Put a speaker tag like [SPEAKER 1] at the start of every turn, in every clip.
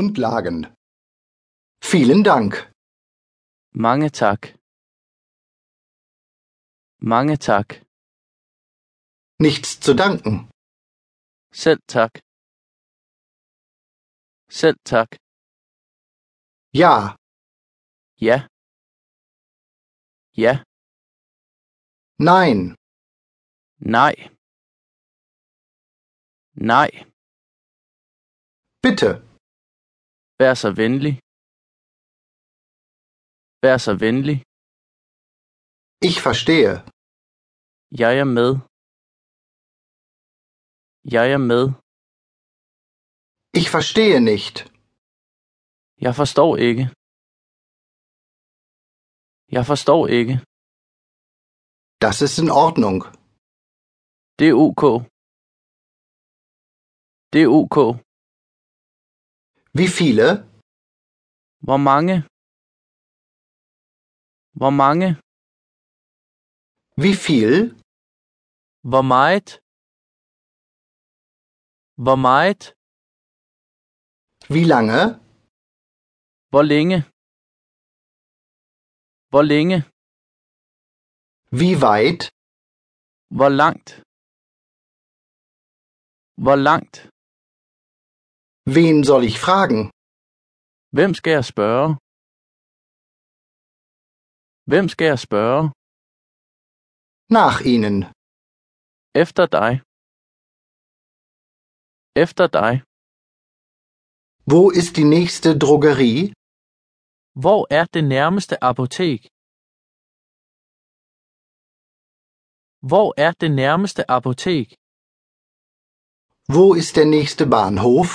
[SPEAKER 1] grundlagen. Vielen Dank.
[SPEAKER 2] Mange tak. Mange tak.
[SPEAKER 1] Nichts zu danken.
[SPEAKER 2] Selv tak. Selv tak.
[SPEAKER 1] Ja,
[SPEAKER 2] Ja. Ja.
[SPEAKER 1] nein,
[SPEAKER 2] Nej. Nej.
[SPEAKER 1] bitte,
[SPEAKER 2] Vær så venlig. Vær så venlig.
[SPEAKER 1] ich verstehe.
[SPEAKER 2] Jeg er med. Jeg er med.
[SPEAKER 1] Ich verstehe nicht.
[SPEAKER 2] Jeg forstår ikke. Jeg forstår ikke.
[SPEAKER 1] Das ist in Ordnung.
[SPEAKER 2] Det er ok. Det er ok.
[SPEAKER 1] Wie viele?
[SPEAKER 2] Hvor mange? Hvor mange?
[SPEAKER 1] Wie viel?
[SPEAKER 2] Hvor meget? Hvor meget?
[SPEAKER 1] Wie lange?
[SPEAKER 2] Hvor længe? Hvor længe?
[SPEAKER 1] Wie weit?
[SPEAKER 2] Hvor langt? Hvor langt?
[SPEAKER 1] Wen soll ich fragen?
[SPEAKER 2] Hvem skal jeg spørge? Hvem skal jeg spørge?
[SPEAKER 1] Nach Ihnen.
[SPEAKER 2] Efter dig. Efter dig.
[SPEAKER 1] Wo ist die nächste Drogerie?
[SPEAKER 2] Hvor er det nærmeste apotek? Hvor er det nærmeste apotek?
[SPEAKER 1] Wo ist der nächste Bahnhof?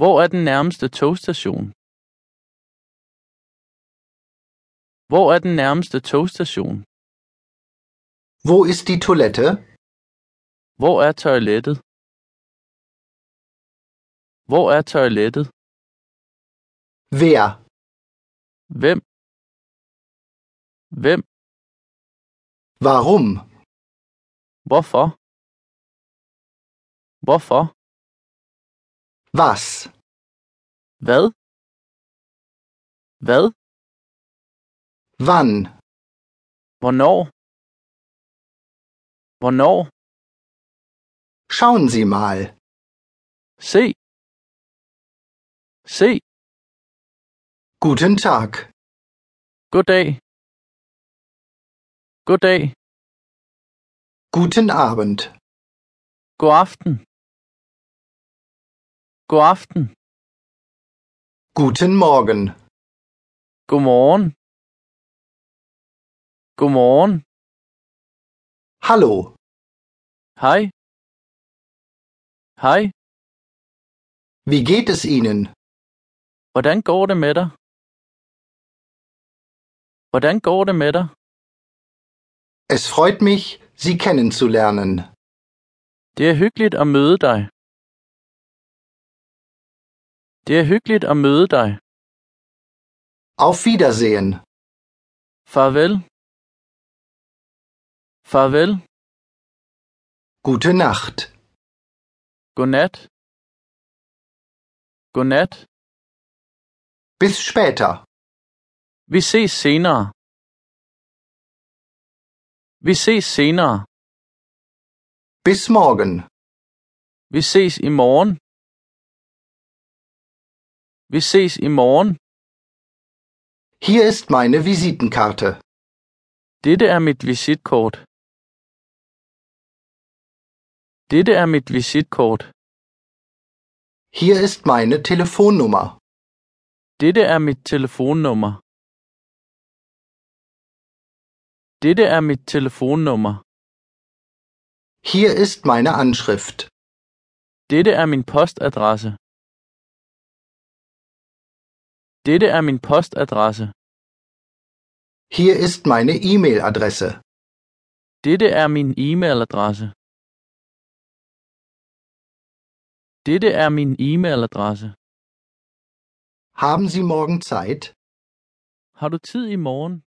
[SPEAKER 2] Hvor er den nærmeste togstation? Hvor er den nærmeste togstation?
[SPEAKER 1] Wo ist die Toilette?
[SPEAKER 2] Hvor er toilettet? Hvor er toilettet?
[SPEAKER 1] Wer?
[SPEAKER 2] Hvem? Hvem?
[SPEAKER 1] Warum?
[SPEAKER 2] Hvorfor? Hvorfor?
[SPEAKER 1] Was?
[SPEAKER 2] Hvad? Hvad?
[SPEAKER 1] Wann?
[SPEAKER 2] Hvornår? Hvornår?
[SPEAKER 1] Schauen Sie mal.
[SPEAKER 2] Se. Se.
[SPEAKER 1] Guten Tag.
[SPEAKER 2] Goddag. Goddag.
[SPEAKER 1] Guten Abend.
[SPEAKER 2] God aften. God aften.
[SPEAKER 1] Guten Morgen.
[SPEAKER 2] Godmorgen. Godmorgen.
[SPEAKER 1] Hallo.
[SPEAKER 2] Hej. Hej.
[SPEAKER 1] Wie geht es Ihnen?
[SPEAKER 2] Hvordan går det med dig? Hvordan går det med dig?
[SPEAKER 1] Es freut mich, Sie kennenzulernen.
[SPEAKER 2] Det er hyggeligt at møde dig. Det er hyggeligt at møde dig.
[SPEAKER 1] Auf Wiedersehen.
[SPEAKER 2] Farvel. Farvel.
[SPEAKER 1] Gute Nacht.
[SPEAKER 2] Godnat. Godnat.
[SPEAKER 1] Bis später.
[SPEAKER 2] Vi ses senere. Vi ses senere.
[SPEAKER 1] Bis morgen.
[SPEAKER 2] Vi ses i morgen. Vi ses i morgen.
[SPEAKER 1] Hier ist meine Visitenkarte.
[SPEAKER 2] Dette er mit visitkort. Dette er mit visitkort.
[SPEAKER 1] Hier ist meine Telefonnummer.
[SPEAKER 2] Dette er mit telefonnummer. Dette er mit telefonnummer.
[SPEAKER 1] Hier ist meine Anschrift.
[SPEAKER 2] Dette er min postadresse. Dette er min postadresse.
[SPEAKER 1] Hier ist meine E-Mail-Adresse.
[SPEAKER 2] Dette er min e-mailadresse. Dette er min e-mailadresse.
[SPEAKER 1] Haben Sie morgen Zeit?
[SPEAKER 2] Har du tid i morgen?